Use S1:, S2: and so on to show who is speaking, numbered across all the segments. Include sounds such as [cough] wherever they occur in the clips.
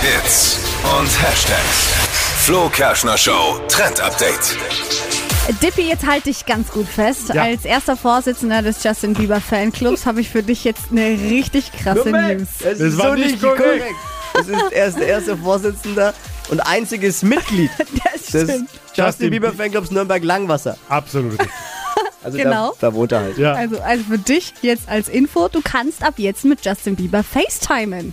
S1: Hits und Hashtags. Flo Kerschner Show Trend Update.
S2: Dippy, jetzt halte ich ganz gut fest.
S3: Ja.
S2: Als erster Vorsitzender des Justin Bieber Fanclubs habe ich für dich jetzt eine richtig krasse News.
S4: Es
S3: Das
S4: ist
S3: war
S4: so
S3: nicht
S4: nicht korrekt.
S3: korrekt.
S4: Es ist erst der erste Vorsitzender und einziges Mitglied
S2: [laughs] Das
S4: des
S2: stimmt.
S3: Justin
S4: Justin Bieber Fanclubs Nürnberg Langwasser.
S3: Absolut richtig.
S4: Also
S2: Genau.
S4: da, da wohnt er halt.
S3: Ja.
S2: Also, also für dich jetzt als Info, du kannst ab jetzt mit Justin Bieber FaceTimen.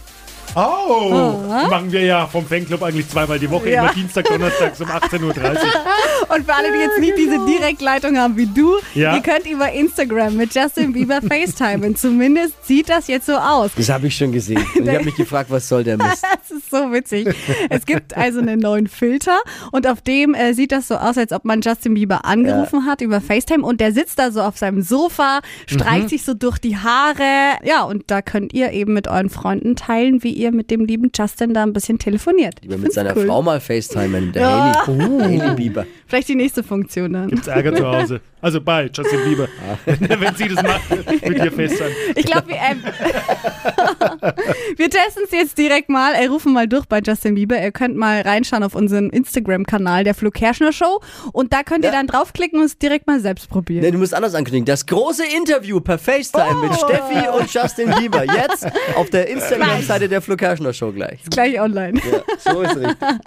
S3: Oh, machen wir ja vom Fanclub eigentlich zweimal die Woche,
S2: Ja.
S3: immer Dienstag, Donnerstags um 18.30 Uhr.
S2: Und für alle, die jetzt nicht diese Direktleitung haben wie du,
S3: genau. Ja.
S2: ihr könnt über Instagram mit Justin
S3: [laughs]
S2: Bieber FaceTimen. Zumindest sieht das jetzt so aus.
S4: Das habe ich
S2: [laughs]
S4: schon gesehen. Und ich habe mich gefragt, was soll der Mist?
S2: Das ist so witzig. Es gibt also einen neuen Filter und auf dem äh, sieht das so aus, als ob man Justin Bieber angerufen hat über FaceTime und der sitzt da so auf seinem Sofa,
S4: Mhm.
S2: streicht sich so durch die Haare. Ja, und da könnt ihr eben mit euren Freunden teilen, wie ihr mit dem lieben Justin da ein bisschen telefoniert.
S4: Lieber
S2: Ich
S4: mit
S2: find's
S4: seiner
S2: cool. Oh.
S4: Frau mal FaceTimen. Der Haley. Haley Bieber.
S2: Vielleicht die nächste Funktion dann.
S3: Gibt's Ärger zu Hause. Also bei Justin Bieber. [laughs] Wenn sie das macht, mit ihr FaceTime.
S2: Ich glaube, wir, ähm, [laughs] wir testen es jetzt direkt mal. Ey, rufen mal durch bei Justin Bieber. Ihr könnt mal reinschauen auf unseren Instagram-Kanal, der Flo Kerschner Show. Und da könnt ihr
S4: Ja.
S2: dann draufklicken und es direkt mal selbst probieren.
S4: Nee, du musst anders ankündigen. Das große Interview per FaceTime mit
S2: Oh.
S4: Steffi und Justin
S2: [laughs]
S4: Bieber. Jetzt auf der Instagram-Seite der Flo Kerschner Show gleich.
S2: Gleich online.
S4: So ist richtig.